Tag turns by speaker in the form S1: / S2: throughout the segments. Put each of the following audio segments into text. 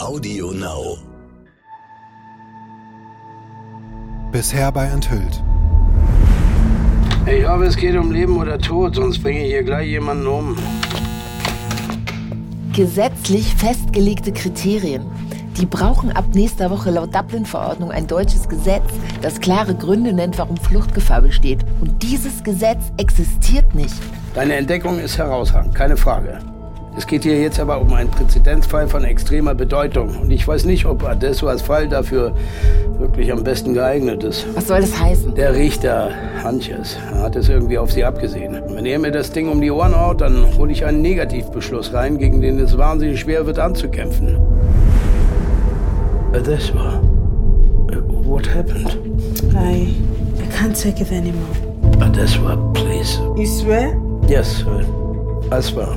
S1: Audio Now.
S2: Bisher bei Enthüllt.
S3: Ich hoffe, es geht um Leben oder Tod, sonst bringe ich hier gleich jemanden um.
S4: Gesetzlich festgelegte Kriterien. Die brauchen ab nächster Woche laut Dublin-Verordnung ein deutsches Gesetz, das klare Gründe nennt, warum Fluchtgefahr besteht. Und dieses Gesetz existiert nicht.
S3: Deine Entdeckung ist herausragend, keine Frage. Es geht hier jetzt aber um einen Präzedenzfall von extremer Bedeutung. Und ich weiß nicht, ob Adesso als Fall dafür wirklich am besten geeignet ist.
S4: Was soll das heißen?
S3: Der Richter Hanches hat es irgendwie auf sie abgesehen. Wenn er mir das Ding um die Ohren haut, dann hole ich einen Negativbeschluss rein, gegen den es wahnsinnig schwer wird anzukämpfen. Adesso, what happened?
S5: I I can't take it anymore.
S3: Adesso, please.
S5: You swear?
S3: Yes, Aswa.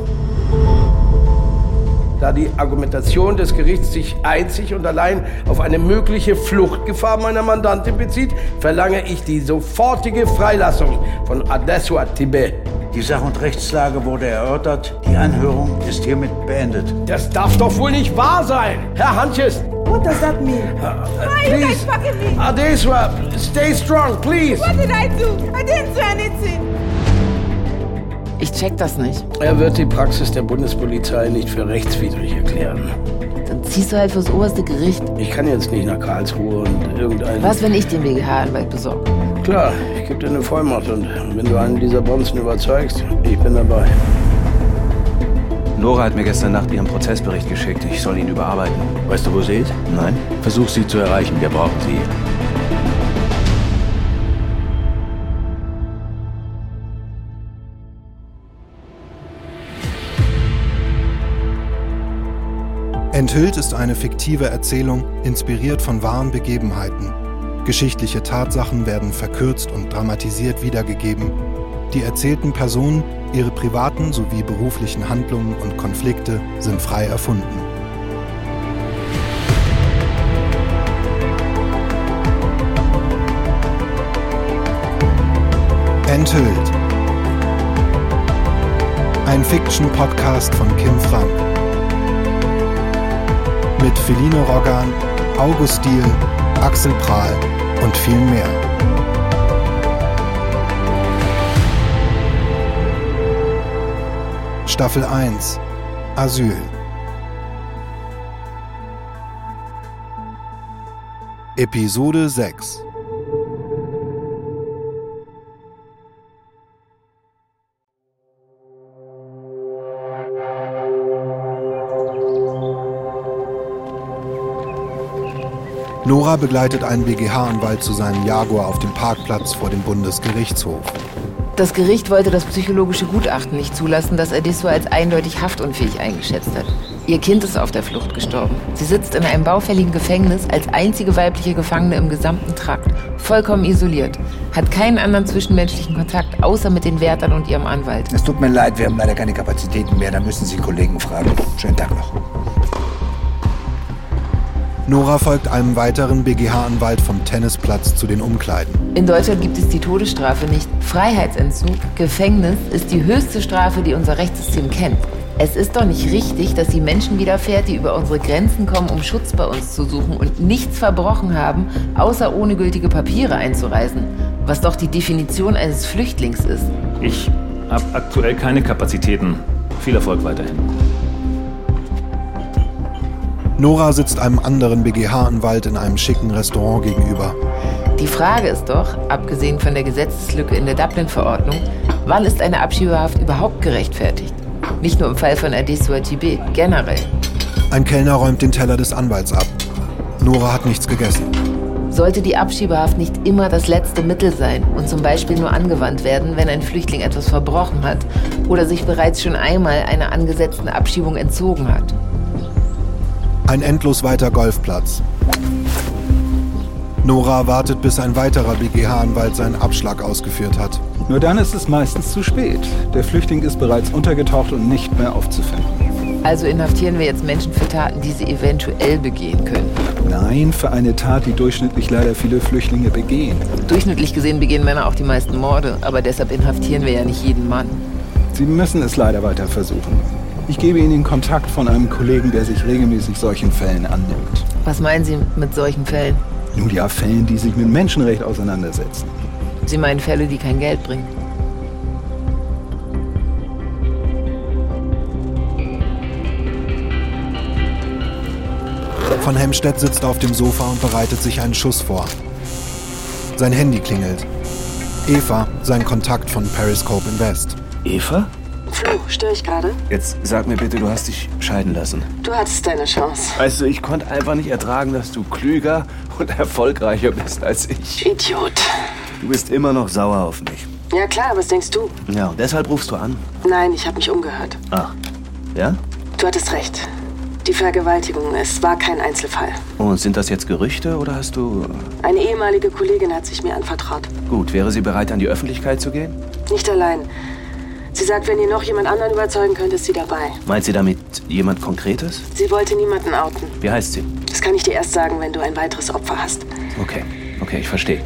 S3: Da die Argumentation des Gerichts sich einzig und allein auf eine mögliche Fluchtgefahr meiner Mandantin bezieht, verlange ich die sofortige Freilassung von Adeswa Tibet.
S6: Die Sach- und Rechtslage wurde erörtert. Die Anhörung ist hiermit beendet.
S3: Das darf doch wohl nicht wahr sein, Herr Hanches. Äh,
S5: What does that mean?
S3: Why
S7: you guys fucking me?
S3: Adeswa, stay strong, please.
S7: What did I do? I didn't do anything.
S4: Ich check das nicht.
S3: Er wird die Praxis der Bundespolizei nicht für rechtswidrig erklären.
S4: Dann ziehst du halt fürs oberste Gericht.
S3: Ich kann jetzt nicht nach Karlsruhe und irgendeinen...
S4: Was, wenn ich den BGH-Anwalt besorge?
S3: Klar, ich gebe dir eine Vollmacht und wenn du einen dieser Bonzen überzeugst, ich bin dabei.
S8: Nora hat mir gestern Nacht ihren Prozessbericht geschickt. Ich soll ihn überarbeiten.
S6: Weißt du, wo sie ist?
S8: Nein?
S6: Versuch sie zu erreichen. Wir brauchen sie.
S2: Enthüllt ist eine fiktive Erzählung, inspiriert von wahren Begebenheiten. Geschichtliche Tatsachen werden verkürzt und dramatisiert wiedergegeben. Die erzählten Personen, ihre privaten sowie beruflichen Handlungen und Konflikte sind frei erfunden. Enthüllt. Ein Fiction-Podcast von Kim Frank. Mit Feline Roggan, August Diehl, Axel Prahl und vielen mehr. Staffel 1 Asyl Episode 6 Nora begleitet einen BGH-Anwalt zu seinem Jaguar auf dem Parkplatz vor dem Bundesgerichtshof.
S4: Das Gericht wollte das psychologische Gutachten nicht zulassen, das Adesso als eindeutig haftunfähig eingeschätzt hat. Ihr Kind ist auf der Flucht gestorben. Sie sitzt in einem baufälligen Gefängnis als einzige weibliche Gefangene im gesamten Trakt, vollkommen isoliert, hat keinen anderen zwischenmenschlichen Kontakt außer mit den Wärtern und ihrem Anwalt.
S6: Es tut mir leid, wir haben leider keine Kapazitäten mehr. Da müssen Sie Kollegen fragen. Schönen Tag noch.
S2: Nora folgt einem weiteren BGH-Anwalt vom Tennisplatz zu den Umkleiden.
S4: In Deutschland gibt es die Todesstrafe nicht. Freiheitsentzug, Gefängnis ist die höchste Strafe, die unser Rechtssystem kennt. Es ist doch nicht richtig, dass sie Menschen widerfährt, die über unsere Grenzen kommen, um Schutz bei uns zu suchen und nichts verbrochen haben, außer ohne gültige Papiere einzureisen, was doch die Definition eines Flüchtlings ist.
S9: Ich habe aktuell keine Kapazitäten. Viel Erfolg weiterhin.
S2: Nora sitzt einem anderen BGH-Anwalt in einem schicken Restaurant gegenüber.
S4: Die Frage ist doch, abgesehen von der Gesetzeslücke in der Dublin-Verordnung, wann ist eine Abschiebehaft überhaupt gerechtfertigt? Nicht nur im Fall von Adesua Tibet, generell.
S2: Ein Kellner räumt den Teller des Anwalts ab. Nora hat nichts gegessen.
S4: Sollte die Abschiebehaft nicht immer das letzte Mittel sein und zum Beispiel nur angewandt werden, wenn ein Flüchtling etwas verbrochen hat oder sich bereits schon einmal einer angesetzten Abschiebung entzogen hat?
S2: Ein endlos weiter Golfplatz. Nora wartet, bis ein weiterer BGH-Anwalt seinen Abschlag ausgeführt hat.
S10: Nur dann ist es meistens zu spät. Der Flüchtling ist bereits untergetaucht und nicht mehr aufzufinden.
S4: Also inhaftieren wir jetzt Menschen für Taten, die sie eventuell begehen können.
S10: Nein, für eine Tat, die durchschnittlich leider viele Flüchtlinge begehen.
S4: Durchschnittlich gesehen begehen Männer auch die meisten Morde, aber deshalb inhaftieren wir ja nicht jeden Mann.
S10: Sie müssen es leider weiter versuchen. Ich gebe Ihnen den Kontakt von einem Kollegen, der sich regelmäßig solchen Fällen annimmt.
S4: Was meinen Sie mit solchen Fällen?
S10: Nun ja, Fällen, die sich mit Menschenrecht auseinandersetzen.
S4: Sie meinen Fälle, die kein Geld bringen.
S2: Von Hemstedt sitzt auf dem Sofa und bereitet sich einen Schuss vor. Sein Handy klingelt. Eva, sein Kontakt von Periscope Invest.
S8: Eva?
S1: Flo, störe ich gerade?
S8: Jetzt sag mir bitte, du hast dich scheiden lassen.
S1: Du hattest deine Chance.
S8: Weißt du, ich konnte einfach nicht ertragen, dass du klüger und erfolgreicher bist als ich.
S1: Idiot.
S8: Du bist immer noch sauer auf mich.
S1: Ja klar, was denkst du?
S8: Ja, Ah. und deshalb rufst du an.
S1: Nein, ich habe mich umgehört.
S8: Ach, ja?
S1: Du hattest recht. Die Vergewaltigung, es war kein Einzelfall.
S8: Und sind das jetzt Gerüchte oder hast du...
S1: Eine ehemalige Kollegin hat sich mir anvertraut.
S8: Gut, wäre sie bereit, an die Öffentlichkeit zu gehen?
S1: Nicht allein. Sie sagt, wenn ihr noch jemand anderen überzeugen könnt, ist sie dabei.
S8: Meint sie damit jemand Konkretes?
S1: Sie wollte niemanden outen.
S8: Wie heißt sie?
S1: Das kann ich dir erst sagen, wenn du ein weiteres Opfer hast.
S8: Okay, okay, ich verstehe.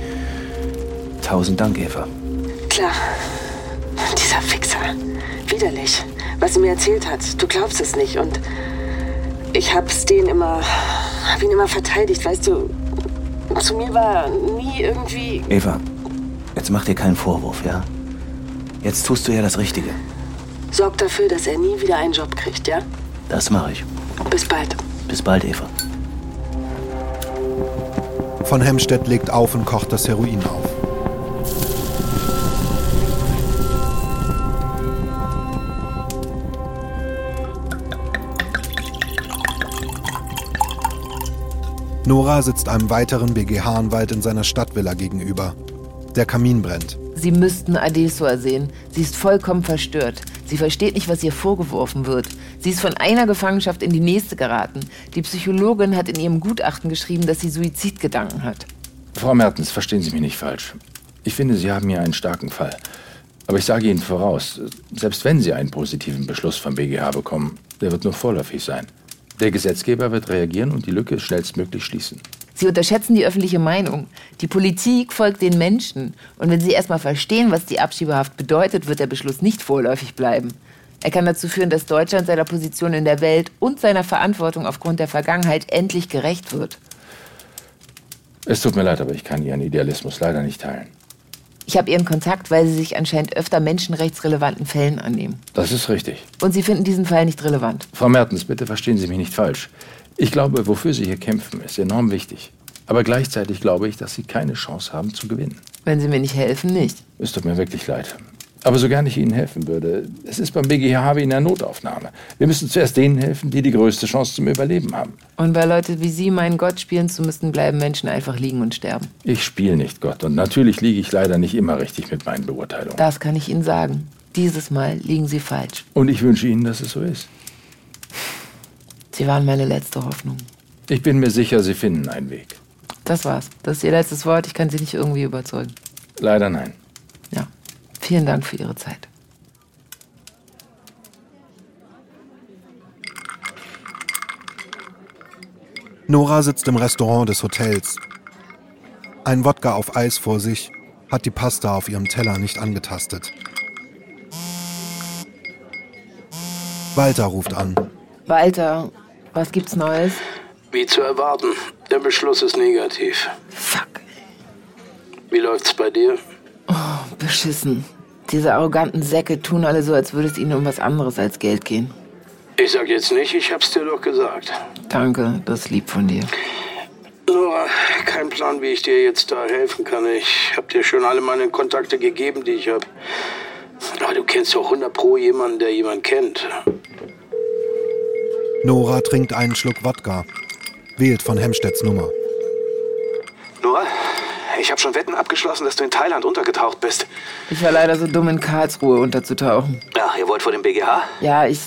S8: Tausend Dank, Eva.
S1: Klar. Dieser Fixer. Widerlich. Was er mir erzählt hat. Du glaubst es nicht. Und ich hab's den immer. hab ihn immer verteidigt, weißt du. Zu mir war nie irgendwie.
S8: Eva, jetzt mach dir keinen Vorwurf, ja? Jetzt tust du ja das Richtige.
S1: Sorg dafür, dass er nie wieder einen Job kriegt, ja?
S8: Das mache ich.
S1: Bis bald.
S8: Bis bald, Eva.
S2: Von Hemstedt legt auf und kocht das Heroin auf. Nora sitzt einem weiteren BGH-Anwalt in seiner Stadtvilla gegenüber. Der Kamin brennt.
S4: Sie müssten Adesua sehen. Sie ist vollkommen verstört. Sie versteht nicht, was ihr vorgeworfen wird. Sie ist von einer Gefangenschaft in die nächste geraten. Die Psychologin hat in ihrem Gutachten geschrieben, dass sie Suizidgedanken hat.
S11: Frau Mertens, verstehen Sie mich nicht falsch. Ich finde, Sie haben hier einen starken Fall. Aber ich sage Ihnen voraus, selbst wenn Sie einen positiven Beschluss vom BGH bekommen, der wird nur vorläufig sein. Der Gesetzgeber wird reagieren und die Lücke schnellstmöglich schließen.
S4: Sie unterschätzen die öffentliche Meinung. Die Politik folgt den Menschen. Und wenn Sie erstmal verstehen, was die Abschiebehaft bedeutet, wird der Beschluss nicht vorläufig bleiben. Er kann dazu führen, dass Deutschland seiner Position in der Welt und seiner Verantwortung aufgrund der Vergangenheit endlich gerecht wird.
S11: Es tut mir leid, aber ich kann Ihren Idealismus leider nicht teilen.
S4: Ich habe Ihren Kontakt, weil Sie sich anscheinend öfter menschenrechtsrelevanten Fällen annehmen.
S11: Das ist richtig.
S4: Und Sie finden diesen Fall nicht relevant.
S11: Frau Mertens, bitte verstehen Sie mich nicht falsch. Ich glaube, wofür Sie hier kämpfen, ist enorm wichtig. Aber gleichzeitig glaube ich, dass Sie keine Chance haben zu gewinnen.
S4: Wenn Sie mir nicht helfen, nicht.
S11: Es tut mir wirklich leid. Aber so gern ich Ihnen helfen würde, es ist beim BGH wie in der Notaufnahme. Wir müssen zuerst denen helfen, die die größte Chance zum Überleben haben.
S4: Und weil Leute wie Sie meinen, Gott spielen zu müssen, bleiben Menschen einfach liegen und sterben.
S11: Ich spiele nicht Gott und natürlich liege ich leider nicht immer richtig mit meinen Beurteilungen.
S4: Das kann ich Ihnen sagen. Dieses Mal liegen Sie falsch.
S11: Und ich wünsche Ihnen, dass es so ist.
S4: Sie waren meine letzte Hoffnung.
S11: Ich bin mir sicher, Sie finden einen Weg.
S4: Das war's. Das ist Ihr letztes Wort. Ich kann Sie nicht irgendwie überzeugen.
S11: Leider nein.
S4: Ja. Vielen Dank für Ihre Zeit.
S2: Nora sitzt im Restaurant des Hotels. Ein Wodka auf Eis vor sich, hat die Pasta auf ihrem Teller nicht angetastet. Walter ruft an.
S4: Walter, was gibt's Neues?
S3: Wie zu erwarten, der Beschluss ist negativ.
S4: Fuck.
S3: Wie läuft's bei dir?
S4: Oh, beschissen. Diese arroganten Säcke tun alle so, als würde es ihnen um was anderes als Geld gehen.
S3: Ich sag jetzt nicht, ich hab's dir doch gesagt.
S4: Danke, das ist lieb von dir.
S3: Nora, kein Plan, wie ich dir jetzt da helfen kann. Ich hab dir schon alle meine Kontakte gegeben, die ich hab. Aber du kennst doch 100 Pro jemanden, der jemanden kennt.
S2: Nora trinkt einen Schluck Wodka, wählt von Hemsteds Nummer.
S8: Nora, ich habe schon Wetten abgeschlossen, dass du in Thailand untergetaucht bist.
S4: Ich war leider so dumm, in Karlsruhe unterzutauchen.
S8: Ach, Ah, ihr wollt vor dem BGH?
S4: Ja, ich.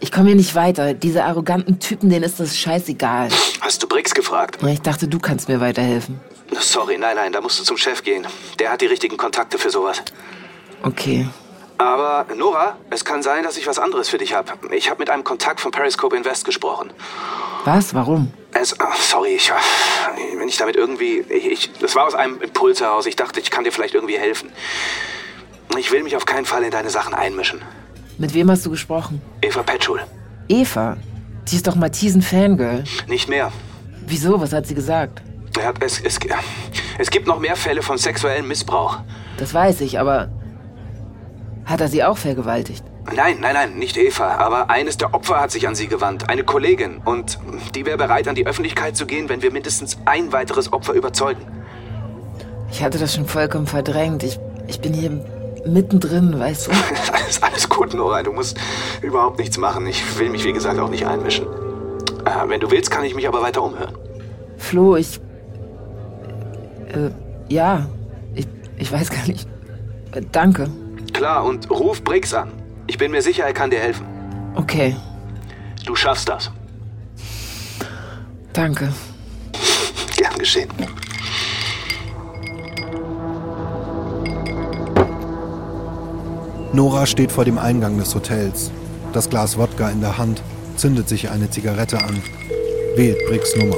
S4: Ich komme hier nicht weiter. Diese arroganten Typen, denen ist das scheißegal.
S8: Hast du Briggs gefragt?
S4: Na, Ich dachte, du kannst mir weiterhelfen.
S8: Sorry, nein, nein, da musst du zum Chef gehen. Der hat die richtigen Kontakte für sowas.
S4: Okay.
S8: Aber Nora, es kann sein, dass ich was anderes für dich habe. Ich habe mit einem Kontakt von Periscope Invest gesprochen.
S4: Was? Warum?
S8: Es, ah, sorry, ich, oh, wenn ich damit irgendwie, ich, ich, das war aus einem Impuls heraus. Ich dachte, ich kann dir vielleicht irgendwie helfen. Ich will mich auf keinen Fall in deine Sachen einmischen.
S4: Mit wem hast du gesprochen?
S8: Eva Petschul.
S4: Eva? Die ist doch Matthiesen Fangirl.
S8: Nicht mehr.
S4: Wieso? Was hat sie gesagt?
S8: Er hat- Es, es, es gibt noch mehr Fälle von sexuellem Missbrauch.
S4: Das weiß ich, aber hat er sie auch vergewaltigt?
S8: Nein, nein, nein, nicht Eva, aber eines der Opfer hat sich an sie gewandt, eine Kollegin. Und die wäre bereit, an die Öffentlichkeit zu gehen, wenn wir mindestens ein weiteres Opfer überzeugen.
S4: Ich hatte das schon vollkommen verdrängt. Ich, ich bin hier mittendrin, weißt du?
S8: Ist alles gut, Nora, du musst überhaupt nichts machen. Ich will mich, wie gesagt, auch nicht einmischen. Äh, wenn du willst, kann ich mich aber weiter umhören.
S4: Flo, ich. Äh, ja, ich, ich weiß gar nicht. Äh, danke.
S8: Klar, und ruf Briggs an. Ich bin mir sicher, er kann dir helfen.
S4: Okay,
S8: Du schaffst das.
S4: danke.
S8: Gern geschehen.
S2: Nora steht vor dem Eingang des Hotels, das Glas Wodka in der Hand, zündet sich eine Zigarette an, wählt Briggs Nummer.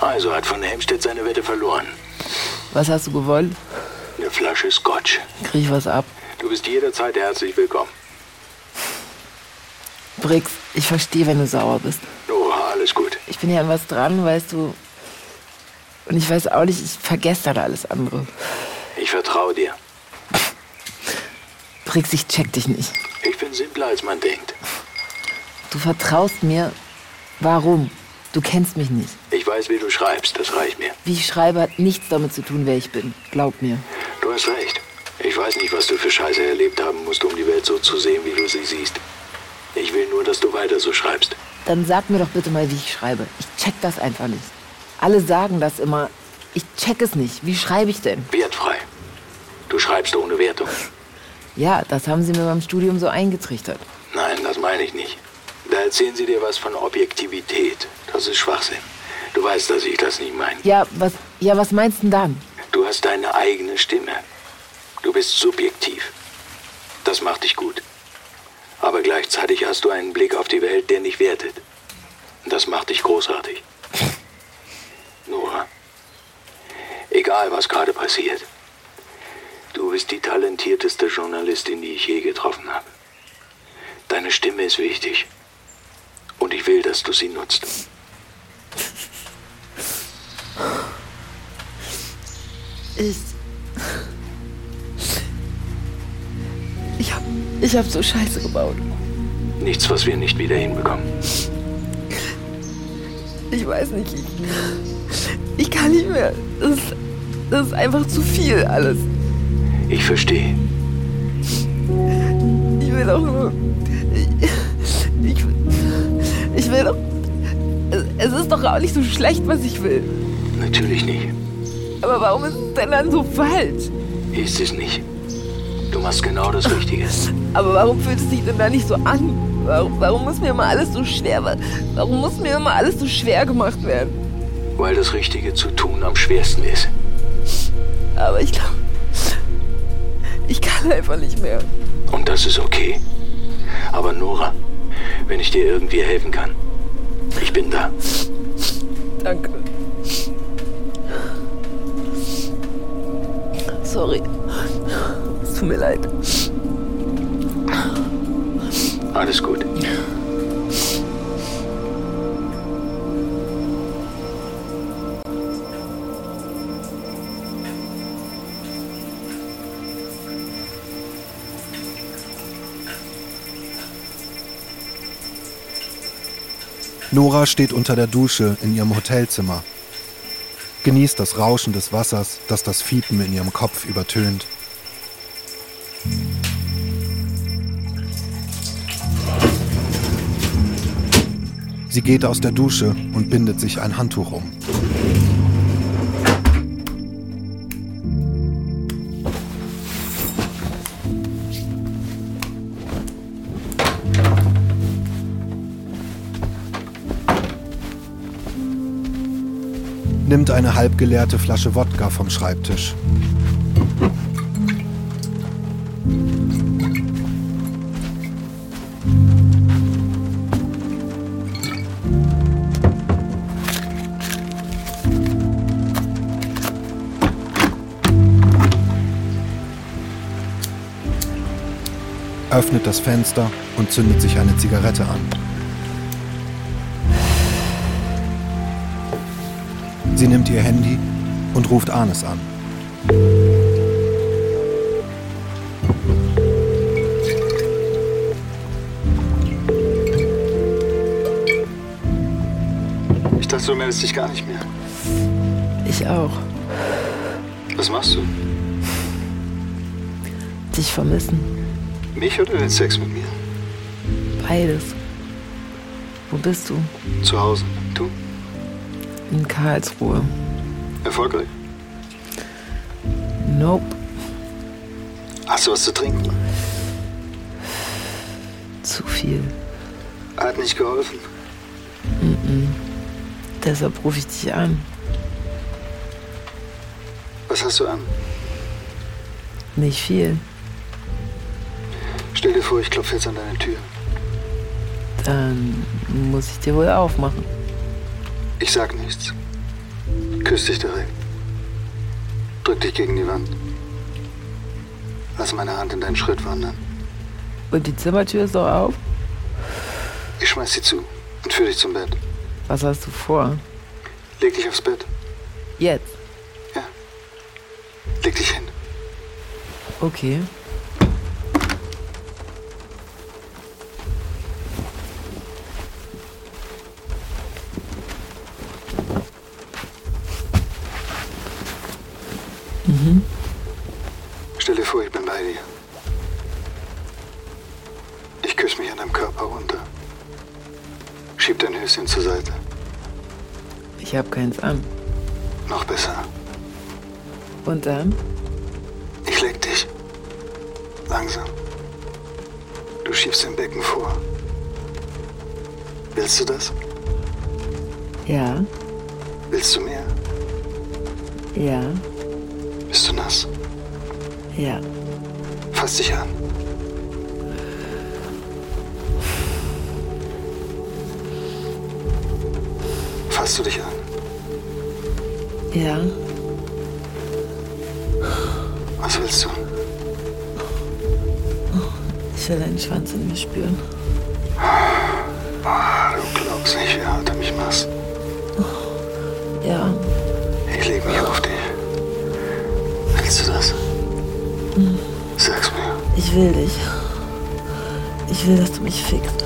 S12: Also hat Van Helmstedt seine Wette verloren.
S4: Was hast du gewollt?
S12: Eine Flasche Scotch.
S4: Krieg ich was ab?
S12: Du bist jederzeit herzlich willkommen.
S4: Briggs, ich verstehe, wenn du sauer bist.
S12: Nora, alles gut.
S4: Ich bin ja an was dran, weißt du. Und ich weiß auch nicht, ich vergesse dann alles andere.
S12: Ich vertraue dir.
S4: Briggs, ich check dich nicht.
S12: Ich bin simpler, als man denkt.
S4: Du vertraust mir. Warum? Du kennst mich nicht.
S12: Ich weiß, wie du schreibst. Das reicht mir.
S4: Wie ich schreibe, hat nichts damit zu tun, wer ich bin. Glaub mir.
S12: Du hast recht. Ich weiß nicht, was du für Scheiße erlebt haben musst, um die Welt so zu sehen, wie du sie siehst. Ich will nur, dass du weiter so schreibst.
S4: Dann sag mir doch bitte mal, wie ich schreibe. Ich check das einfach nicht. Alle sagen das immer. Ich check es nicht. Wie schreibe ich denn?
S12: Wertfrei. Du schreibst ohne Wertung.
S4: Ja, das haben sie mir beim Studium so eingetrichtert.
S12: Nein, das meine ich nicht. Da erzählen sie dir was von Objektivität. Das ist Schwachsinn. Du weißt, dass ich das nicht meine.
S4: Ja, was, ja, was meinst denn dann?
S12: Du hast deine eigene Stimme. Du bist subjektiv. Das macht dich gut. Aber gleichzeitig hast du einen Blick auf die Welt, der nicht wertet. Und Das macht dich großartig. Nora, egal was gerade passiert, du bist die talentierteste Journalistin, die ich je getroffen habe. Deine Stimme ist wichtig. Und ich will, dass du sie nutzt.
S4: Ich. Ich hab, ich hab so Scheiße gebaut.
S12: Nichts, was wir nicht wieder hinbekommen.
S4: Ich weiß nicht. Ich, ich kann nicht mehr. Das ist, das ist einfach zu viel alles.
S12: Ich verstehe.
S4: Ich will doch nur. Ich, ich, ich will doch. Es, es ist doch auch nicht so schlecht, was ich will.
S12: Natürlich nicht.
S4: Aber warum ist es denn dann so falsch?
S12: Ist es nicht. Du machst genau das Richtige.
S4: Aber warum fühlt es sich denn da nicht so an? Warum, warum muss mir immer alles so schwer wa- Warum muss mir immer alles so schwer gemacht werden?
S12: Weil das Richtige zu tun am schwersten ist.
S4: Aber ich glaube. Ich kann einfach nicht mehr.
S12: Und das ist okay. Aber Nora, wenn ich dir irgendwie helfen kann, ich bin da.
S4: Danke. Sorry. Es tut mir leid.
S12: Alles gut.
S2: Nora steht unter der Dusche in ihrem Hotelzimmer, genießt das Rauschen des Wassers, das das Fiepen in ihrem Kopf übertönt. Sie geht aus der Dusche und bindet sich ein Handtuch um. nimmt eine halbgeleerte Flasche Wodka vom Schreibtisch. öffnet das Fenster und zündet sich eine Zigarette an. Sie nimmt ihr Handy und ruft Arnes an.
S10: Ich dachte, du meldest dich gar nicht mehr.
S13: Ich auch.
S10: Was machst du?
S13: Dich vermissen.
S10: Mich oder den Sex mit mir?
S13: Beides. Wo bist du?
S10: Zu Hause. Du?
S13: In Karlsruhe.
S10: Erfolgreich?
S13: Nope.
S10: Hast du was zu trinken?
S13: Zu viel.
S10: Hat nicht geholfen.
S13: Mm-mm. Deshalb rufe ich dich an.
S10: Was hast du an?
S13: Nicht viel.
S10: Stell dir vor, ich klopfe jetzt an deine Tür.
S13: Dann muss ich dir wohl aufmachen.
S10: Ich sag nichts. Küss dich direkt. Drück dich gegen die Wand. Lass meine Hand in deinen Schritt wandern.
S13: Und die Zimmertür ist auch auf?
S10: Ich schmeiß sie zu und führe dich zum Bett.
S13: Was hast du vor?
S10: Leg dich aufs Bett.
S13: Jetzt?
S10: Ja. Leg dich hin.
S13: Okay. Mhm.
S10: Stell dir vor, ich bin bei dir. Ich küsse mich an deinem Körper runter. Schieb dein Höschen zur Seite.
S13: Ich hab keins an.
S10: Noch besser.
S13: Und dann?
S10: Ich leg dich. Langsam. Du schiebst dein Becken vor. Willst du das?
S13: Ja,
S10: Willst du mehr?
S13: ja,
S10: Bist du nass?
S13: ja.
S10: Fass dich an. Fass du dich an.
S13: Ja,
S10: Was willst du?
S13: ich will deinen Schwanz in mir spüren.
S10: Ah, du glaubst nicht, wie hart du mich machst.
S13: Ja,
S10: Ich leg mich auf dich. Willst du das? Sag's mir.
S13: Hm. ich will dich. Ich will, dass du mich fickst.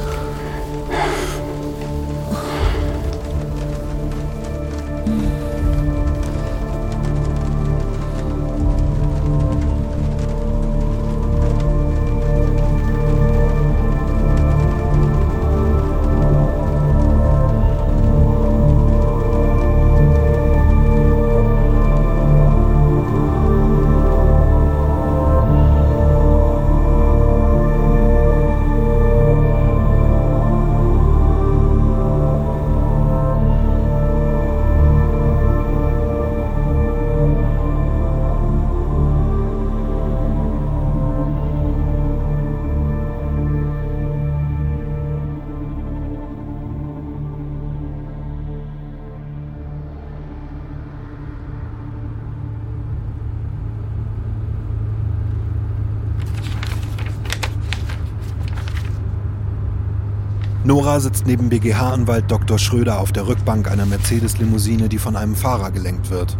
S2: Nora sitzt neben BGH-Anwalt Dr. Schröder auf der Rückbank einer Mercedes-Limousine, die von einem Fahrer gelenkt wird.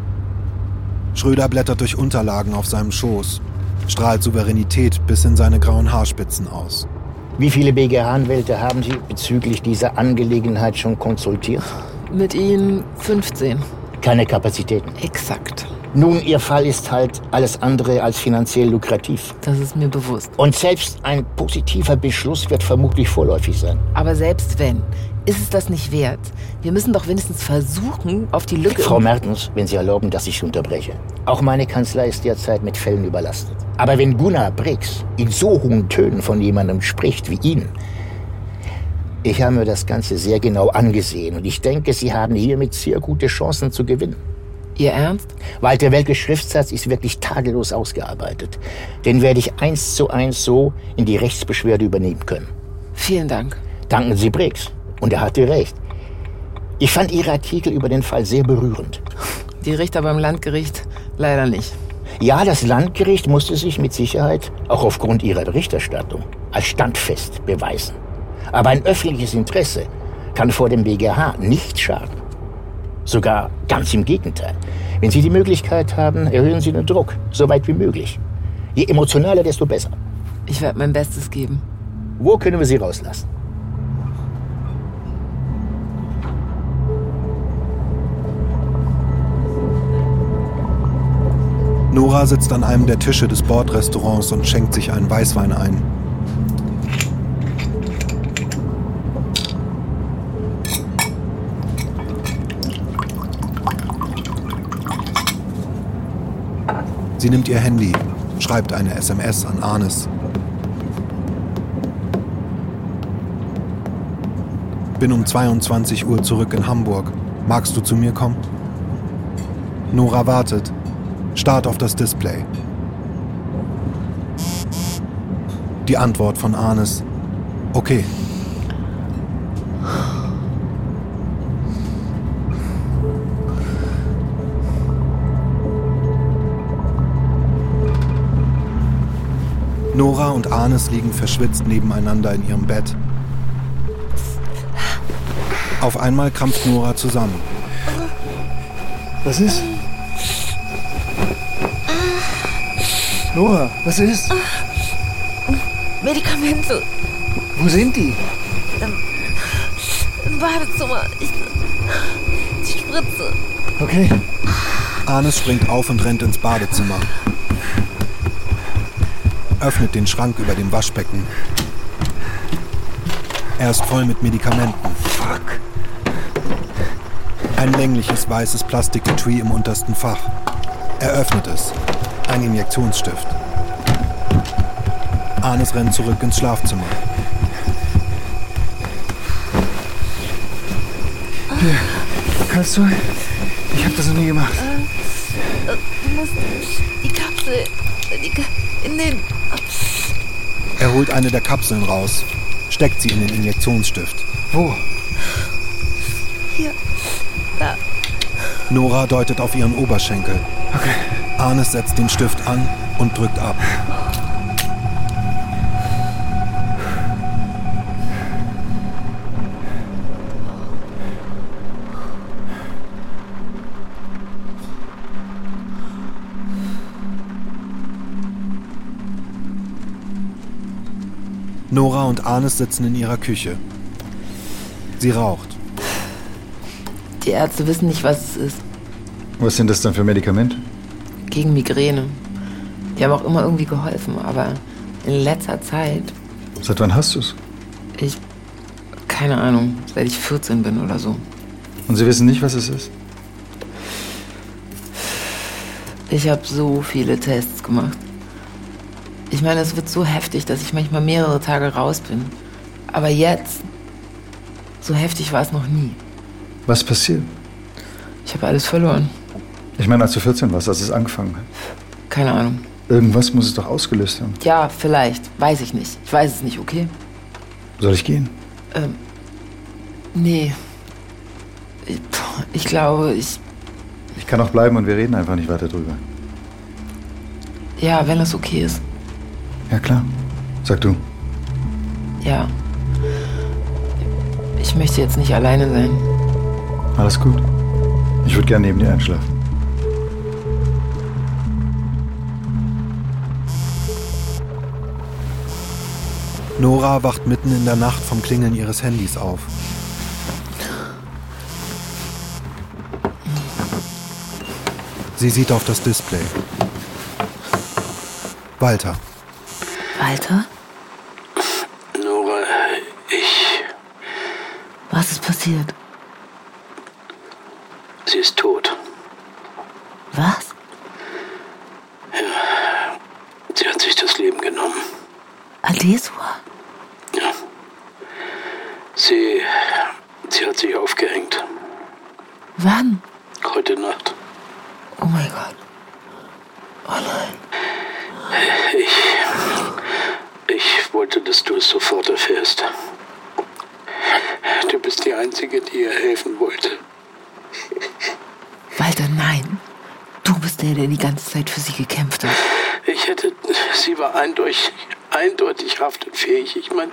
S2: Schröder blättert durch Unterlagen auf seinem Schoß, strahlt Souveränität bis in seine grauen Haarspitzen aus.
S14: Wie viele BGH-Anwälte haben Sie bezüglich dieser Angelegenheit schon konsultiert?
S13: Mit ihnen 15.
S14: Keine Kapazitäten.
S13: Exakt.
S14: Nun, Ihr Fall ist halt alles andere als finanziell lukrativ.
S13: Das ist mir bewusst.
S14: Und selbst ein positiver Beschluss wird vermutlich vorläufig sein.
S4: Aber selbst wenn, ist es das nicht wert? Wir müssen doch wenigstens versuchen, auf die Lücke.
S14: Frau Mertens, wenn Sie erlauben, dass ich Sie unterbreche. Auch meine Kanzlei ist derzeit mit Fällen überlastet. Aber wenn Gunnar Briggs in so hohen Tönen von jemandem spricht wie Ihnen, ich habe mir das Ganze sehr genau angesehen und ich denke, Sie haben hiermit sehr gute Chancen zu gewinnen.
S4: Ihr Ernst?
S14: Walter Welkes Schriftsatz ist wirklich tadellos ausgearbeitet. Den werde ich eins zu eins so in die Rechtsbeschwerde übernehmen können.
S4: Vielen Dank.
S14: Danken Sie Briggs. Und er hatte recht. Ich fand Ihre Artikel über den Fall sehr berührend.
S4: Die Richter beim Landgericht leider nicht.
S14: Ja, das Landgericht musste sich mit Sicherheit, auch aufgrund ihrer Berichterstattung, als standfest beweisen. Aber ein öffentliches Interesse kann vor dem BGH nicht schaden. Sogar ganz im Gegenteil. Wenn Sie die Möglichkeit haben, erhöhen Sie den Druck, so weit wie möglich. Je emotionaler, desto besser.
S4: Ich werde mein Bestes geben.
S14: Wo können wir Sie rauslassen?
S2: Nora sitzt an einem der Tische des Bordrestaurants und schenkt sich einen Weißwein ein. Sie nimmt ihr Handy, schreibt eine SMS an Arnes. Bin um 22 Uhr zurück in Hamburg. Magst du zu mir kommen? Nora wartet, starrt auf das Display. Die Antwort von Arnes. Okay. Nora und Arnes liegen verschwitzt nebeneinander in ihrem Bett. Auf einmal krampft Nora zusammen.
S15: Was ist? Nora, was ist?
S13: Medikamente.
S15: Wo sind die?
S13: Im Badezimmer. Ich, die Spritze.
S15: Okay.
S2: Arnes springt auf und rennt ins Badezimmer. Öffnet den Schrank über dem Waschbecken. Er ist voll mit Medikamenten.
S15: Fuck.
S2: Ein längliches weißes Plastiketui im untersten Fach. Er öffnet es. Ein Injektionsstift. Arnes rennt zurück ins Schlafzimmer.
S15: Hier, kannst du? Ich hab das noch nie gemacht.
S13: Äh, Du musst die Kapsel äh, die Ka in den.
S2: Er holt eine der Kapseln raus, steckt sie in den Injektionsstift.
S15: Wo?
S13: Hier. Da.
S2: Nora deutet auf ihren Oberschenkel.
S15: Okay.
S2: Arnes setzt den Stift an und drückt ab. Nora und Arnes sitzen in ihrer Küche. Sie raucht.
S4: Die Ärzte wissen nicht, was es ist.
S10: Was sind das dann für Medikamente?
S4: Gegen Migräne. Die haben auch immer irgendwie geholfen, aber in letzter Zeit,
S10: Seit wann hast du es?
S4: ich. Keine Ahnung, seit ich 14 bin oder so.
S10: Und sie wissen nicht, was es ist?
S4: Ich habe so viele Tests gemacht. Ich meine, es wird so heftig, dass ich manchmal mehrere Tage raus bin. Aber jetzt, so heftig war es noch nie.
S10: Was passiert?
S4: Ich habe alles verloren.
S10: Ich meine, als du 14 warst, als es angefangen hat.
S4: Keine Ahnung.
S10: Irgendwas muss es doch ausgelöst haben.
S4: Ja, vielleicht. Weiß ich nicht. Ich weiß es nicht, okay?
S10: Soll ich gehen?
S4: Ähm, nee. Ich, ich glaube, ich.
S10: Ich kann auch bleiben und wir reden einfach nicht weiter drüber.
S4: Ja, wenn das okay ist.
S10: Ja, klar. Sag du.
S4: Ja. Ich möchte jetzt nicht alleine sein.
S10: Alles gut. Ich würde gerne neben dir einschlafen.
S2: Nora wacht mitten in der Nacht vom Klingeln ihres Handys auf. Sie sieht auf das Display. Walter.
S16: Walter?
S12: Nora, ich.
S16: Was ist passiert?
S12: Sie ist tot.
S16: Was?
S12: Sie hat sich das Leben genommen.
S16: Adesua?
S12: Ja. Sie. Sie hat sich aufgehängt.
S16: Wann?
S12: Heute Nacht.
S16: Oh mein Gott. Oh
S12: Ich wollte, dass du es sofort erfährst. Du bist die Einzige, die ihr helfen wollte.
S16: Walter, nein. Du
S4: bist der, der die ganze Zeit für sie gekämpft hat.
S3: Ich hätte. Sie war eindeutig, eindeutig haftunfähig. Ich meine,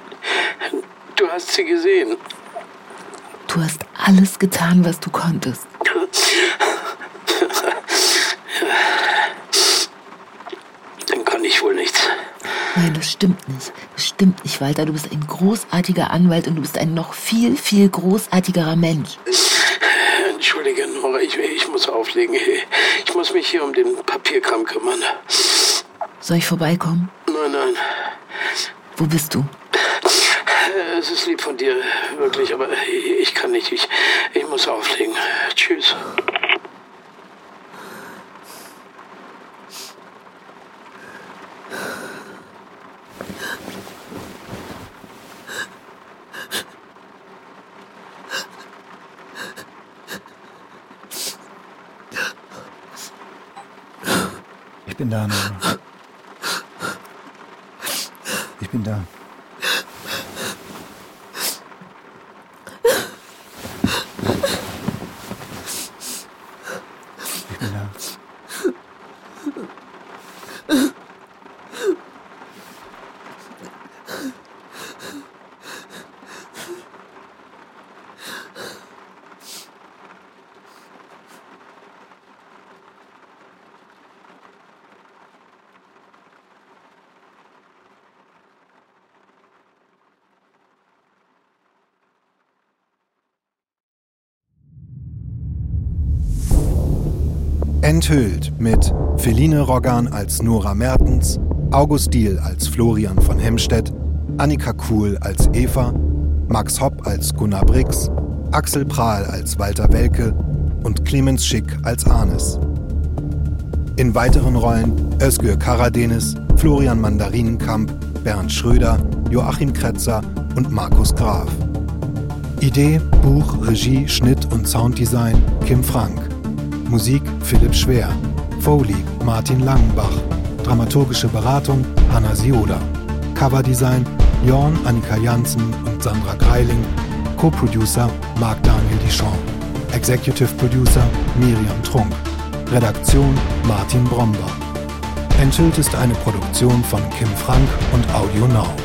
S3: du hast sie gesehen.
S4: Du hast alles getan, was du konntest.
S3: Dann kann ich wohl nichts.
S4: Nein, das stimmt nicht. Das stimmt nicht, Walter. Du bist ein großartiger Anwalt und du bist ein noch viel, viel großartigerer Mensch.
S3: Entschuldige, Nora, ich, ich muss auflegen. Ich muss mich hier um den Papierkram kümmern.
S4: Soll ich vorbeikommen?
S3: Nein, nein.
S4: Wo bist du?
S3: Es ist lieb von dir, wirklich, aber ich kann nicht. Ich, ich muss auflegen. Tschüss.
S13: Ich bin da, Nora. Ich bin da. Ich bin da.
S2: Enthüllt mit Feline Roggan als Nora Mertens, August Diehl als Florian von Hemstedt, Annika Kuhl als Eva, Max Hopp als Gunnar Brix, Axel Prahl als Walter Welke und Clemens Schick als Arnes. In weiteren Rollen Özgür Karadenis, Florian Mandarinenkamp, Bernd Schröder, Joachim Kretzer und Markus Graf. Idee, Buch, Regie, Schnitt und Sounddesign Kim Frank. Musik Philipp Schwer. Foley Martin Langenbach. Dramaturgische Beratung Hanna Siola. Coverdesign Jorn Annika Janssen und Sandra Greiling. Co-Producer Marc Daniel Deschamps. Executive Producer Miriam Trunk. Redaktion Martin Bromber. Enthüllt ist eine Produktion von Kim Frank und Audio Now.